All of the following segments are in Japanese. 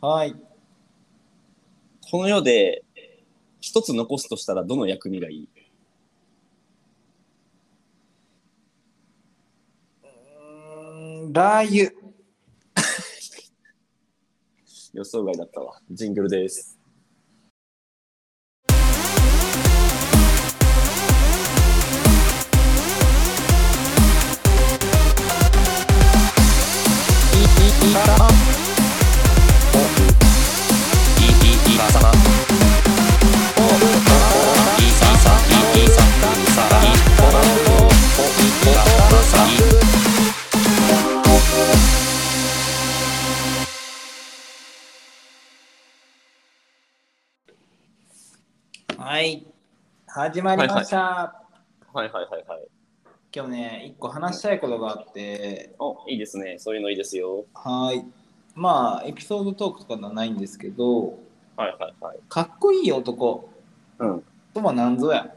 はい。この世で一つ残すとしたらどの薬味がいいラー油。予想外だったわ。ジングルです。はい。始まりました。はいはいはいはい。今日ね、一個話したいことがあって、お、いいですね。そういうのいいですよ。はい。まあ、エピソードトークとかではないんですけど、はいはいはい。かっこいい男うん。とは何ぞやっ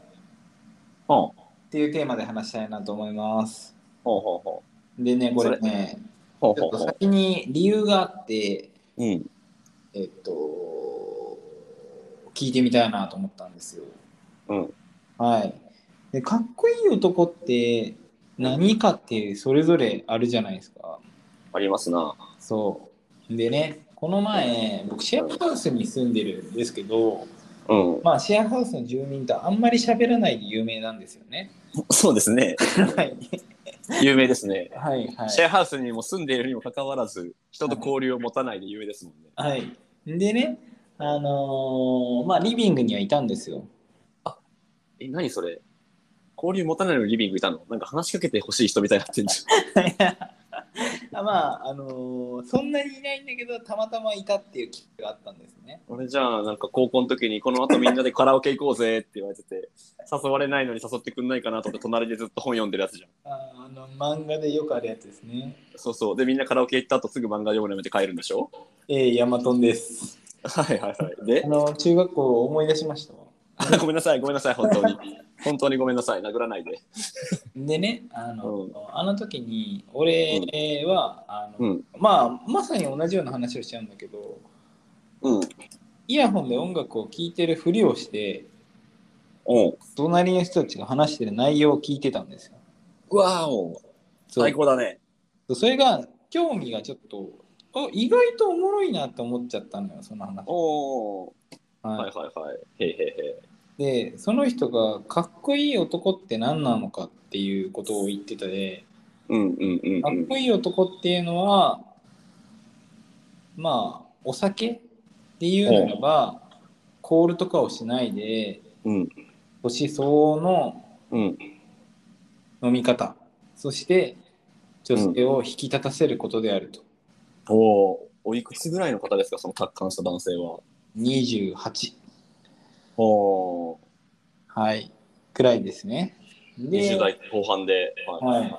ほうていうテーマで話したいなと思います。ほうほうほう。でね、これね、ほうちほょっうとほう。先に理由があって、うん。えっと、聞いてみたいなと思ったんですよ。うん。はい。で、かっこいい男って何かってそれぞれあるじゃないですか。ありますな。そう。でね、この前、僕、シェアハウスに住んでるんですけど、うん。まあ、シェアハウスの住民とあんまり喋らないで有名なんですよね。そうですね。 はい。有名ですね。はい、はシェい。アハウスにも住んでいるにもかかわらず、人と交流を持たないで有名ですもんね。はい。でね、あのーまあ、リビングにはいたんですよ。え、何それ交流持たないのにリビングいたのなんか話しかけてほしい人みたいになってんじあまあ、あのーそんなにいないんだけど、たまたまいたっていう機会があったんですね。ゃん。俺じゃあ、なんか高校の時にこの後みんなでカラオケ行こうぜって言われてて、 誘われないのに誘ってくんないかなと思って隣でずっと本読んでるやつじゃん。ああの漫画でよくあるやつですね。そうそう。で、みんなカラオケ行った後すぐ漫画読むのやめて帰るんでしょえー、ヤマトンです。 はいはいはい。あで、 の中学校を思い出しましたわ。ごめんなさい、ごめんなさい、本当に。本当にごめんなさい、殴らないで。でね、あの、うんあの時に俺は、あうのん。まあまさに同じような話をしちゃうんだけど、うん。イヤホンで音楽を聴いてるふりをして、おう隣の人たちが話してる内容を聞いてたんですよ。わーおそう最高だね。それが興味がちょっとあ意外とおもろいなって思っちゃったのよその話、おおはいはいはいはい。へいへいへい。でその人がかっこいい男って何なのかっていうことを言ってたでうんうんうん、うん。かっこいい男っていうのはまあお酒っていうならばコールとかをしないでうん年相応のうん飲み方そして女性を引き立たせることであると、おお、おいくつぐらいの方ですか、その達観した男性は。 28おお、はいくらいですねで20代後半で。はい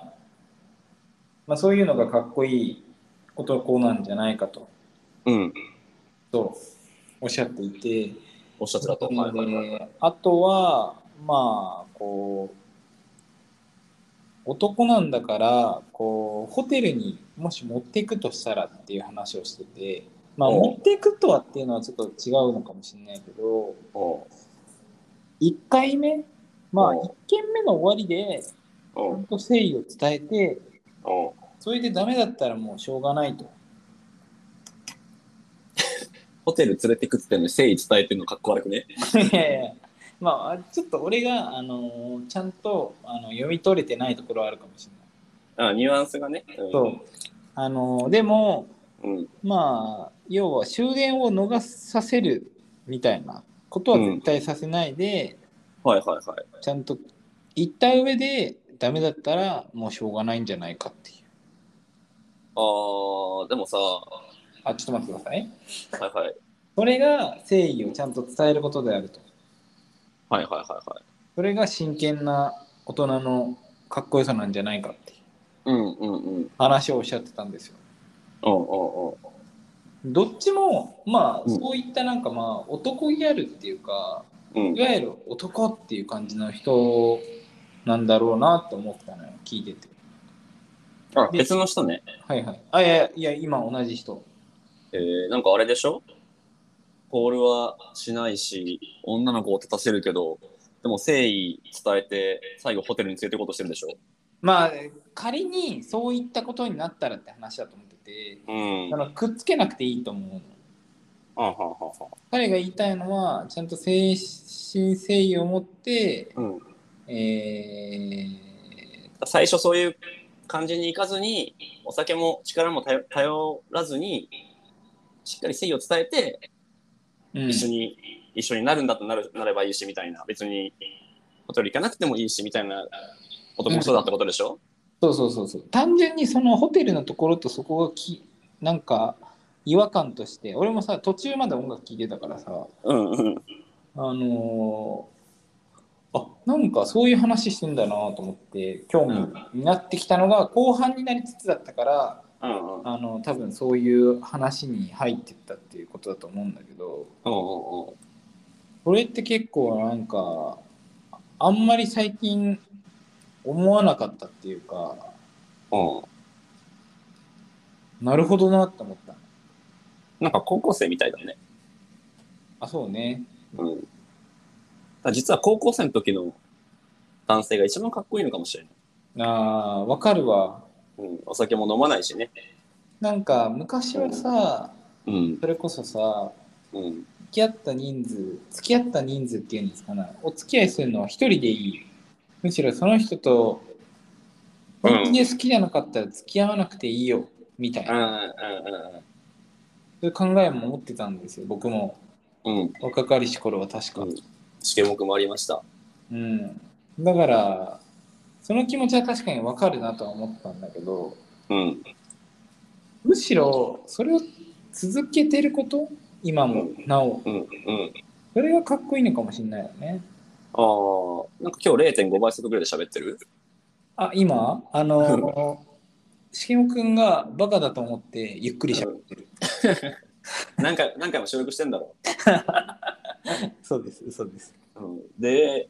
まあ、そういうのがかっこいい男なんじゃないかとうん、とおっしゃっていて、おっしゃってたと。はいはいはいはいであとはまあこう男なんだからこうホテルにもし持っていくとしたらっていう話をしてて、まあ、お持っていくとはっていうのはちょっと違うのかもしれないけどお1回目まあお1軒目の終わりでちおゃおんと誠意を伝えておそれでダメだったらもうしょうがないと。 ホテル連れてくってのに誠意伝えてるのかっこ悪くね。いやいやまああちょっと俺が、あのーちゃんとあの読み取れてないところはあるかもしれなあい。ニュアンスがね。うんそうあのーでもうん。まあ要は終電を逃させるみたいなことは絶対させないで、はいはいはい。ちゃんと言った上でダメだったらもうしょうがないんじゃないかっていう。あー、でもさ、はあちょっと待ってください。いはい。それが誠意をちゃんと伝えることであると。はいはいはいはい。それが真剣な大人のかっこよさなんじゃないかっていううんうんうん。話をおっしゃってたんですよ。おおおどっちもまあうんそういったなんかまあ男ギャルっていうかうんい。わゆる男っていう感じの人なんだろうなと思ったのよ聞いててあ、別の人ね。はいはいあいやいや今同じ人えー、なんかあれでしょコールはしないし、女の子を立たせるけど、でも誠意伝えて、最後ホテルに連れて行こうとしてるんでしょまあ仮にそういったことになったらって話だと思ってて、うん。あのくっつけなくていいと思うの。はんはんはんは彼が言いたいのはちゃんと誠心誠意を持って、ん。うん。えー最初そういう感じに行かずに、お酒も力も頼頼らずに、しっかり誠意を伝えて、うん、一緒に、一緒になるんだとなるなればいいしみたいな別にホテル行かなくてもいいしみたいなこともそうだってことでしょ、そうそうそうそう単純にそのホテルのところとそこがきなんか違和感として俺もさ途中まで音楽聴いてたからさうん、うんうんあのーあなんかそういう話してんだなと思って興味になってきたのが後半になりつつだったからうんうんあの多分そういう話に入ってったっていうことだと思うんだけどうんこれって結構なんかあんまり最近思わなかったっていうかうんなるほどなって思ったなんか高校生みたいだね、あそうねうん、だから実は高校生の時の男性が一番かっこいいのかもしれない、あーわかるわうん、お酒も飲まないしねなんか昔はさうんそれこそさうん付き合った人数付き合った人数っていうんですかなお付き合いするのは一人でいいむしろその人とうん本気で好きじゃなかったら付き合わなくていいよみたいうんうな、んそういう考えも持ってたんですよ僕もうんうん若かりし頃は確か、うん試験目もありましたうん、だからその気持ちは確かに分かるなとは思ったんだけどうんむしろそれを続けてること今もなおうんうんそれがかっこいいのかもしれないよねああなんか今日0.5倍速ぐらいで喋ってるあ今あのしげもくんがバカだと思ってゆっくりしゃべってる、何回何回も収録してんだろそうですそうですうんで、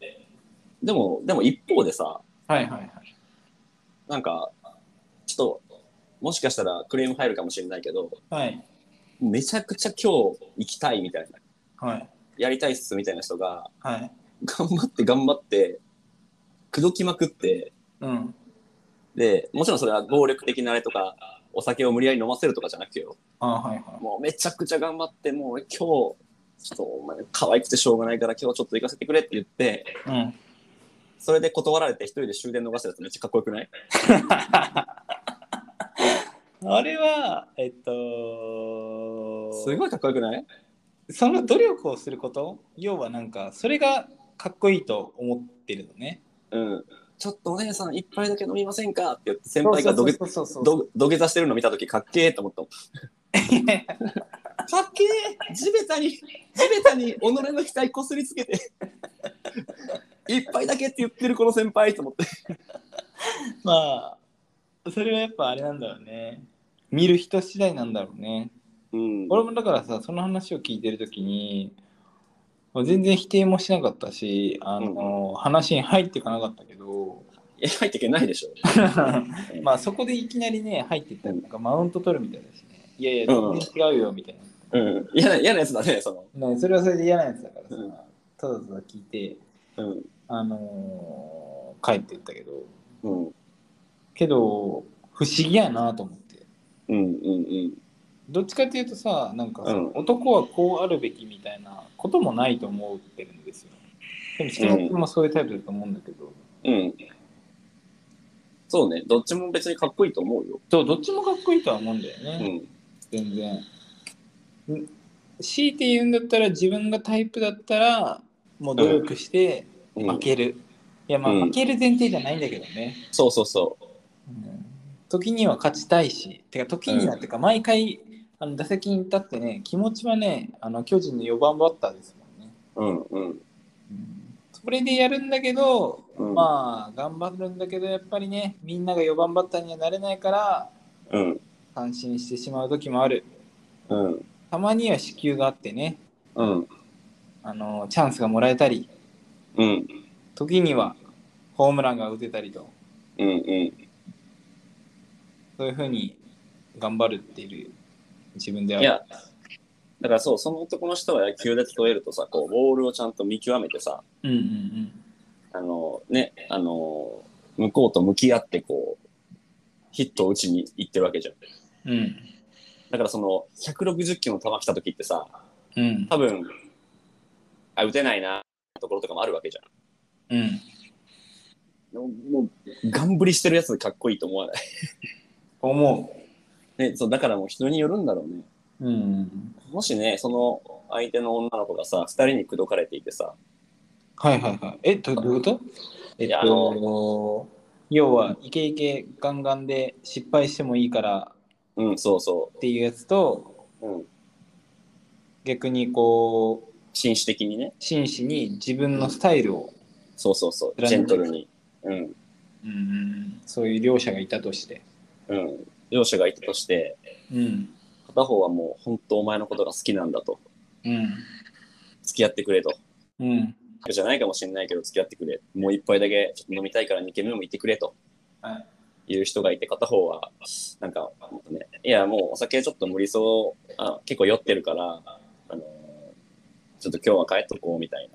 でも、でも一方でさ、はいはいはいなんか、ちょっと、もしかしたらクレーム入るかもしれないけど、はいめちゃくちゃ今日行きたいみたいな、はいやりたいっすみたいな人が、はい頑張って頑張って、口説きまくって、うんで、もちろんそれは暴力的なあれとか、お酒を無理やり飲ませるとかじゃなくてよ、あはいはいもうめちゃくちゃ頑張って、もう俺今日、ちょっとお前可愛くてしょうがないから今日ちょっと行かせてくれって言って、うんそれで断られて一人で終電逃したやつめっちゃかっこよくないあれはえっとすごいかっこよくないその努力をすること要はなんかそれがかっこいいと思ってるのねうんちょっとお姉さん一杯だけ飲みませんかって言って先輩が土下そうそうそうそ土う土下座してるの見た時かっけえと思ったもん。かっけえ地べたに地べたに己の額こすりつけて一杯だけって言ってるこの先輩と思って。まあそれはやっぱあれなんだろうね見る人次第なんだろうねうん俺もだからさその話を聞いてる時に全然否定もしなかったしあの、話に入っていかなかったけどいや入ってけないでしょ。 まあそこでいきなりね入っていったらなんかマウント取るみたいだしねいやいやうん全然違うよみたいな、うん嫌な嫌なやつだねそねそれはそれで嫌なやつだからさ、うんただただ聞いての。あのー帰っていったけどうんうんけど不思議やなと思ってうんうんうん。どっちかっていうとさなんかさ、うん男はこうあるべきみたいなこともないと思ってるんですよでもしかも君もそういうタイプだと思うんだけど、うん。そうねどっちも別にかっこいいと思うよ。そうどっちもかっこいいとは思うんだよね、うん全然ん強いて言うんだったら自分がタイプだったらもう努力してう負ん。ける、いやまあうん負ける前提じゃないんだけどね、そうそうそう。うん時には勝ちたいしてか時には、うんてか毎回あの打席に立ってね気持ちはねあの巨人の4番バッターですもんね、うんうんそれでやるんだけど、うん。まあ頑張るんだけどやっぱりねみんなが4番バッターにはなれないからうん感心してしまう時もあるうんたまには支給があってねうんあのチャンスがもらえたりうん。時にはホームランが打てたりとうんうんそういうふうに頑張るっていう自分では。いや、だからそう、その男の人は野球で例えるとさ、こう、ボールをちゃんと見極めてさ、うんうんうん。あの、ね、あの、向こうと向き合って、こう、ヒットを打ちに行ってるわけじゃん。うん。だからその、160キロの球来た時ってさ、うん。多分、あ、打てないな、ところとかもあるわけじゃん。うん。もう、もうガン振りしてるやつかっこいいと思わない。 思ね、そう、だからもう人によるんだろうね。う。うん。もしね、その相手の女の子がさ、二人に口説かれていてさ、はいはいはい。え、どどういうことえっやあと、要は、イケイケガンガンで失敗してもいいからうん、そうそっていうやつと、う、うん、逆にこう、紳士的にね、真摯に自分のスタイルを、そうそうそブラう、ンジェドントルに、うん、うん、そういう両者がいたとして。うん、両者がいたとして、うん。片方はもう、本当お前のことが好きなんだと、うん。付き合ってくれと、うん。じゃないかもしれないけど、付き合ってくれ、もう一杯だけちょっと飲みたいから2軒目も行ってくれと。はいいう人がいて片方はなんか、ね、いやもうお酒ちょっと無理そうあ結構酔ってるから、あのちょっと今日は帰っとこうみたい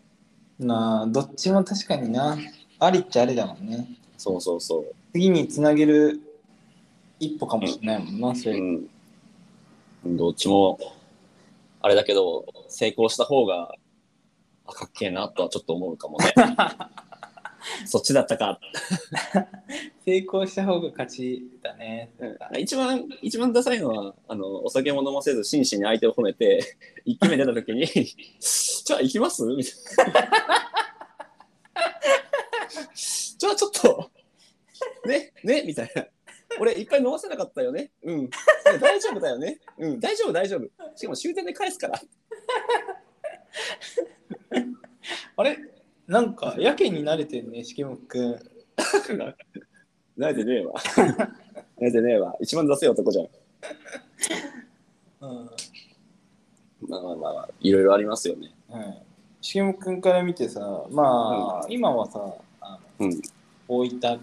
ななあ、どっちも確かにな。ありっちゃありだもんね。そうそうそう次につなげる一歩かもしれないもんな、そうれ。ん、どっちも、あれだけど、成功した方が、あ、かっけえなとはちょっと思うかもね。そっちだったか。成功した方が勝ちだね。一番、一番ダサいのは、あの、お酒も飲ませず、真摯に相手を褒めて、 一気目出た時に、 じゃあ行きますみたいな。じゃあちょっと、ね、ね、みたいな。俺、いっぱい飲ませなかったよね。うん。ね大丈夫だよね。うん、大丈夫、大丈夫。しかも終点で返すから。あれなんか、やけに慣れてるね、しけもくん。慣れてねえわ。慣れてねえわ。一番出せ男じゃん。うん。まあまあまあまあ、いろいろありますよね。しけもくんから見てさ、まあ、今はさ、あのうんこういった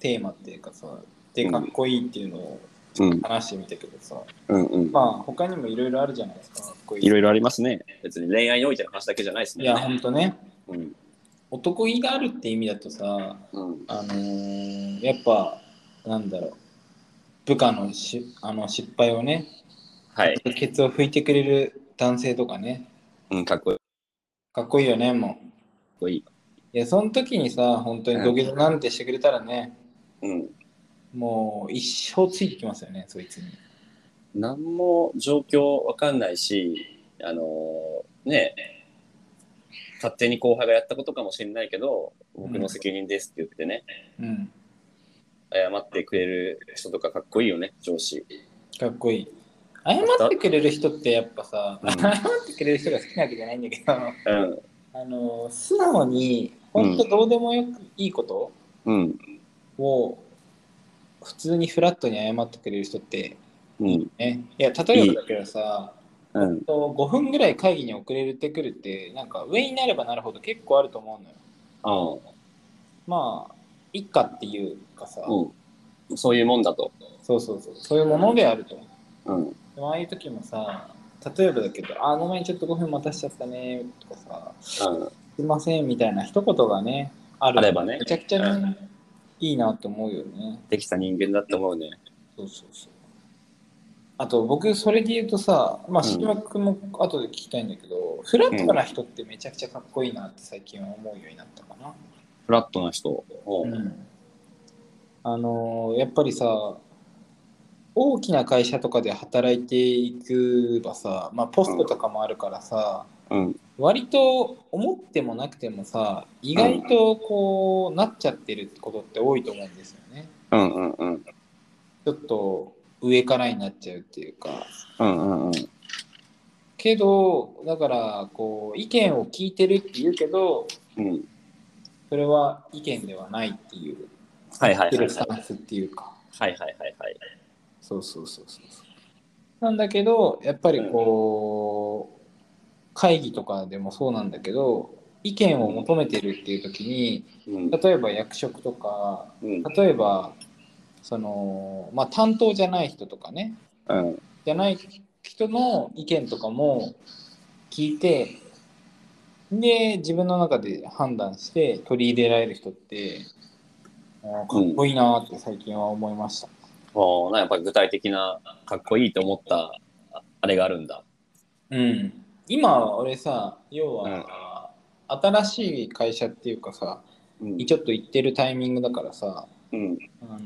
テーマっていうかさ、で、かっこいいっていうのをうん、話してみたけどさ、うん、うん。まあ、他にもいろいろあるじゃないですか、かっこいい。いろいろありますね。別に恋愛においての話だけじゃないですいね。や、ほんとね、うん、男気があるって意味だとさ、うん、あのーやっぱなんだろう部下のしあの失敗をねはい、ケツを拭いてくれる男性とかねうん、かっこいい。かかっこいいよねもうっこいい。いやその時にさ本当に土下座なんてしてくれたらね、うん。もう一生ついてきますよねそいつに何も状況わかんないし、あのーねえ、勝手に後輩がやったことかもしれないけど、僕の責任ですって言ってね、うん謝ってくれる人とかかっこいいよね、上司。かっこいい謝ってくれる人ってやっぱさ、うん謝ってくれる人が好きなわけじゃないんだけどう ん、あのー素直に本当どうでもよくいいこと、うん、を普通にフラットに謝ってくれる人って、うん、ね、いや例えばだけどさうん、と5分ぐらい会議に遅れてくるってなんか上になればなるほど結構あると思うのよああ。まあいっかっていうかさ、うん、そういうもんだと。そうそうそうそういうものであるとうん、でもああいう時もさ例えばだけど「あごめんちょっと5分待たしちゃったね」とかさ「すいません」みたいな一言がねあるあればねめちゃくちゃね、いいなと思うよねできた人間だって思うね。そうそうそう。あと僕それで言うとさ、まあうん島君も後で聞きたいんだけど、フラットな人ってめちゃくちゃかっこいいなって最近は思うようになったかな。フラットな人。うんあのーやっぱりさ大きな会社とかで働いていくばさ、まあ、ポストとかもあるからさ、うん、割と思ってもなくてもさ意外とこう、なっちゃってることって多いと思うんですよね。うん、うん、うん、ちょっと上からになっちゃうっていうか。うん、うん、うん、けどだからこう意見を聞いてるって言うけどうん。それは意見ではないっていうはいはいはいはい。スタンスっていうかはいはいはいはい。そうそうそうそうなんだけどやっぱりこう会議とかでもそうなんだけど意見を求めてるっていう時にうん、例えば役職とかうん、例えばそのまあ担当じゃない人とかねうん、じゃない人の意見とかも聞いてで自分の中で判断して取り入れられる人ってあーかっこいいなーって最近は思いました、ああ、やっぱり具体的な、かっこいいと思った、ああれがあるんだ。うん、今俺さ要は、新しい会社っていうかさうんちょっと行ってるタイミングだからさ、うん。あのー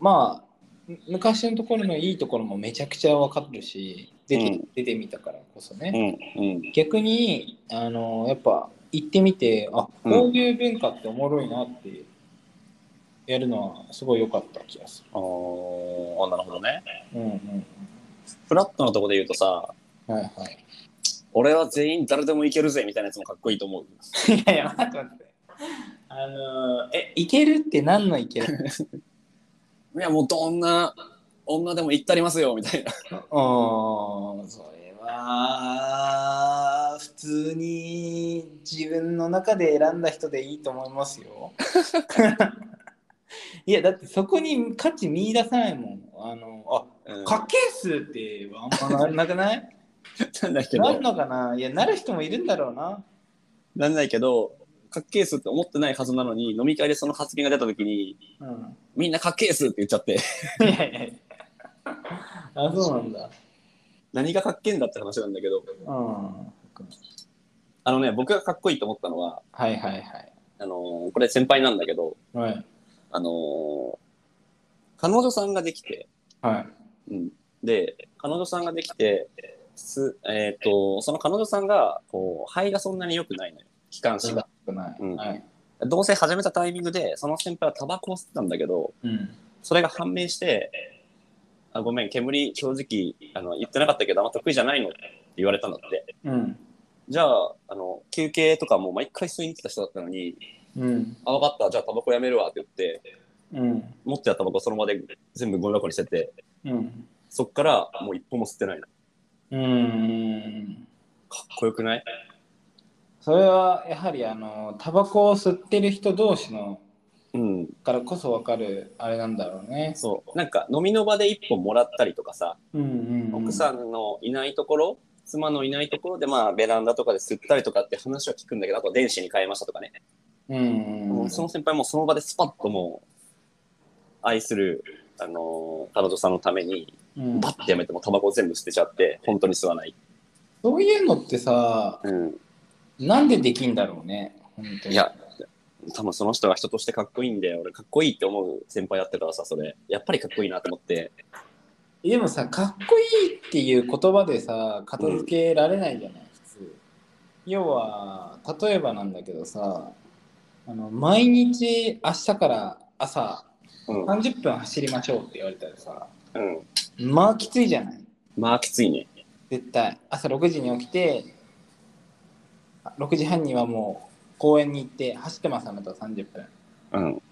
まあむ昔のところのいいところもめちゃくちゃ分かるし出て,、うん出てみたからこそね、うん。うん。逆に、あのーやっぱ行ってみてあうんこういう文化っておもろいなってやるのはすごい良かった気がすあーあ、なるほどね。る。うんうんフラットなとこで言うとさ、うん、はいはい。俺は全員誰でもいけるぜみたいなやつもかっこいいと思う。いやいや、待って待って。あのーえ、いけるって何のいける いや、もうどんな女でも行ったりますよみたいな。うーん、それは、普通に自分の中で選んだ人でいいと思います よ。いや、だってそこに価値見出さないもん。あの、うあ、んかっけえっすってあんまななくない なんだけなどる、のかないや、なる人もいるんだろうな。なんないけど、かっけえっすって思ってないはずなのに、飲み会でその発言が出た時に、うん。みんなかっけえっすって言っちゃって、 いやいやいや。あ、そうなんだ。何がかっけえんだって話なんだけど、うん。あのね、僕がかっこいいと思ったのは、はいはいはい。あのーこれ先輩なんだけど、はい。あのー彼女さんができて、はい。うん、で、彼女さんができて、すえっ、と、その彼女さんが、こう、肺がそんなに良くないのよ。気管支が。少ない。うんはい。同棲始めたタイミングで、その先輩はタバコを吸ってたんだけど、うん。それが判明して、あごめん、煙、正直あの、言ってなかったけど、あんま得意じゃないのって言われたんだって。うん。じゃあ、あの休憩とかも毎回吸いに来た人だったのに、うん。あ、分かった、じゃあタバコやめるわって言って、うん。持ってたタバコその場で全部ゴミ箱に捨てて、うん。そっからもう一本も吸ってないの。かうん。っこよくないそれはやはりあのタバコを吸ってる人同士のうん、からこそ分かるあれなんだろうね。そう。なんか飲みの場で一本もらったりとかさ、うん奥さんのいないところ、妻のいないところで、まあ、ベランダとかで吸ったりとかって話は聞くんだけど、あと電子に変えましたとかね。ん。うん。もうその先輩もその場でスパッともう、愛する、あのー彼女さんのために、うんバッてやめてもタバコを全部捨てちゃって、本当に吸わない。そういうのってさ、うん。なんでできんだろうね。本当にいや、多分その人が人としてかっこいいんで、俺かっこいいって思う先輩だったからさ、それ。やっぱりかっこいいなと思って。でもさ、かっこいいっていう言葉でさ、片付けられないじゃない、普通。要は、例えばなんだけどさ、あの毎日明日から朝うん。う30分走りましょうって言われたらさ、ん。まあきついじゃないまあ、きついね。絶対。朝6時に起きて、あ6時半にはもう公園に行って走ってます、あなたは30分。うん。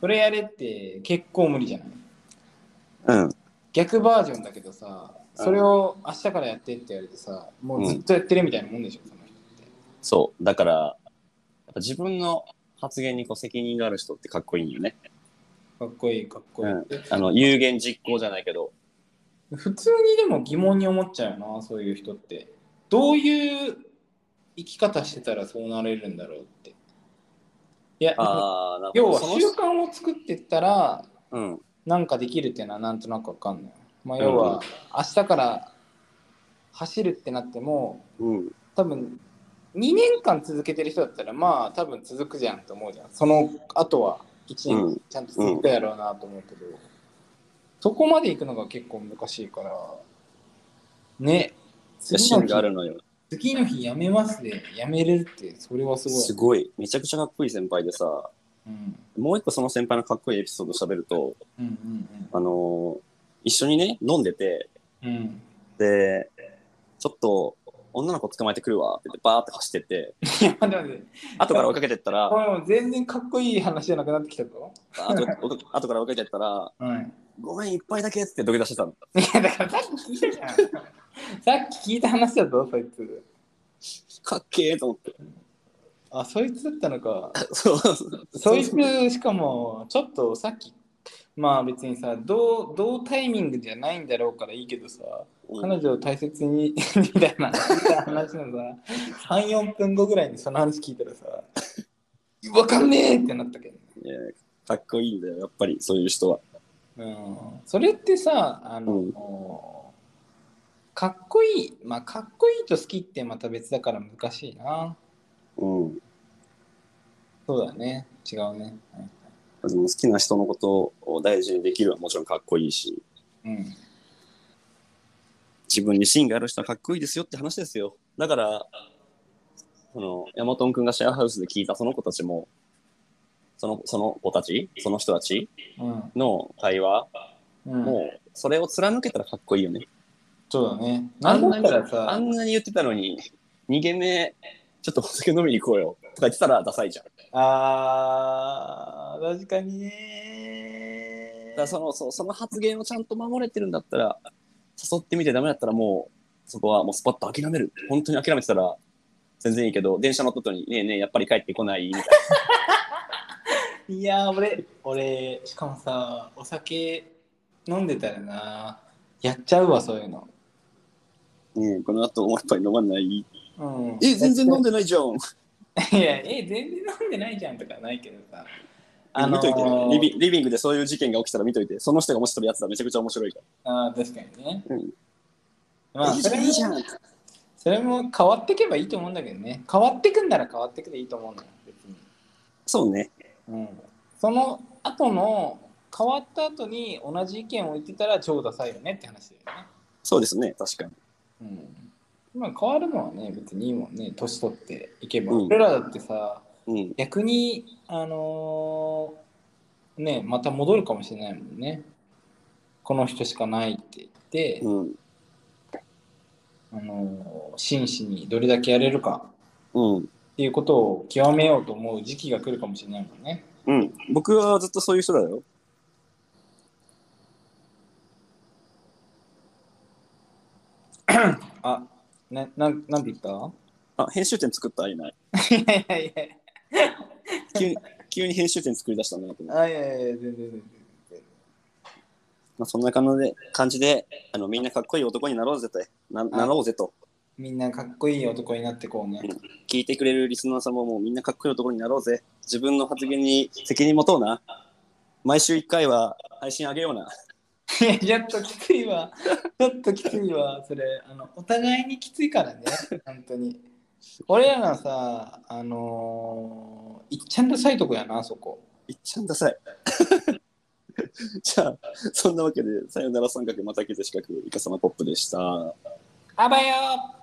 それやれって結構無理じゃないうん。逆バージョンだけどさそれを明日からやってって言われてさもうずっとやってるみたいなもんでしょ、その人ってそう。だから、やっぱ自分の発言にこう責任がある人ってかっこいいよね。かっこいいかっこいい、うんあの、有言実行じゃないけど。普通にでも疑問に思っちゃうよなそういう人ってどういう生き方してたらそうなれるんだろうっていやあ あ、なる要ほど。はそ習の人慣を作ってったらうん。なんかできるっていうのはなんとなくわかんない、まあ、うん要は明日から走るってなってもうん。多分2年間続けてる人だったらまあ多分続くじゃんと思うじゃんその後は1う年んちゃんと続くやろうなと思うけど、そこまで行くのが結構難しいからね次の芯日があるのよ。次の日やめますで、やめれるってそれはすごい、すごい。めちゃくちゃかっこいい先輩でさ、うん、もう一個その先輩のかっこいいエピソード喋ると、うんあのー一緒にね、飲んでて、うんうん うんで、ちょっと、女の子捕まえてくるわって言って、バーって走ってって、いや待って待って後から追いかけてった ら、これもう全然かっこいい話じゃなくなってきたぞ後後から追いかけてったら、はいごめん、一杯だけっつって土下座してたの。いやだからさっき聞いたじゃんさっき聞いた話だぞそいつかっけーと思って。あそいつだったのかそうそう。 そいつしかもちょっとさっきまあ別にさ同同タイミングじゃないんだろうからいいけどさ彼女を大切に みたいな話のさ34分後ぐらいにその話聞いたらさ「わかんねえ!」ってなったけど、いやかっこいいんだよやっぱりそういう人はうん、それってさあの、うんかっこいいまあかっこいいと好きってまた別だから難しいなうんそうだね違うね、はいでも好きな人のことを大事にできるはもちろんかっこいいしうん、自分に芯がある人はかっこいいですよって話ですよだからそのヤマトン君がシェアハウスで聞いたその子たちもそのその子たちその人たちうんの会話うん、もうそれを貫けたらかっこいいよね。そうだねなんだったらあさんなに言ってたのに、逃げ目、ちょっとお酒飲みに行こうよとか言ってたらダサいじゃん。だかあー確かにねらそのそうその発言をちゃんと守れてるんだったら、誘ってみてダメだったらもう、そこはもうスパッと諦める。本当に諦めてたら、全然いいけど、電車乗った後に、ねえねえ、やっぱり帰ってこないみたいいやー俺俺しかもさお酒飲んでたらなやっちゃうわそういうのな。 ねえ、この後もうやっぱり飲まない。うんえ、全然飲んででないじゃん。いやえ全然飲んでないじゃんとかないけどさ見といて、リビ。リビングでそういう事件が起きたら見といて、その人がもしそれやってたらめちゃくちゃ面白いかあー確かにね、うんまら。あいいじゃそれん、もいいじゃん。それも変わってけばいいと思うんだけどね変わってくんなら変わってくでいいと思うんだよ別にそうね。うんその後の変わった後に同じ意見を言ってたら超ダサいよねって話だよねそうですね、確かに。うんまあ変わるのはね別にいいもんね年取っていけば、うん俺らだってさうん、逆にあのーねまた戻るかもしれないもんねこの人しかないって言って、うん、あのー真摯にどれだけやれるかうん、っていうことを極めようと思う時期が来るかもしれないもんねうん。僕はずっとそういう人だよ。あななんなんて言ったあ、編集点作ったあいない。いやいやいや急に 急に編集点作り出したなと思う。あいやいや全然全然全まあ、そんな感じで、感じであのみんなかっこいい男になろうぜと、ななろうぜと、みんなかっこいい男になってこうね聞いてくれるリスナーさんももうみんなかっこいい男になろうぜ。自分の発言に責任持とうな。毎週1回は配信あげような。い やちょっときついわ。 ちょっときついわ。それ、あの、お互いにきついからね、本当に。俺らがさ、あのー、いっちゃんダサいとこやな、そこ。いっちゃんダサい。 じゃあ、そんなわけで、さよなら三角また来て四角、イカサマポップでした。あばよー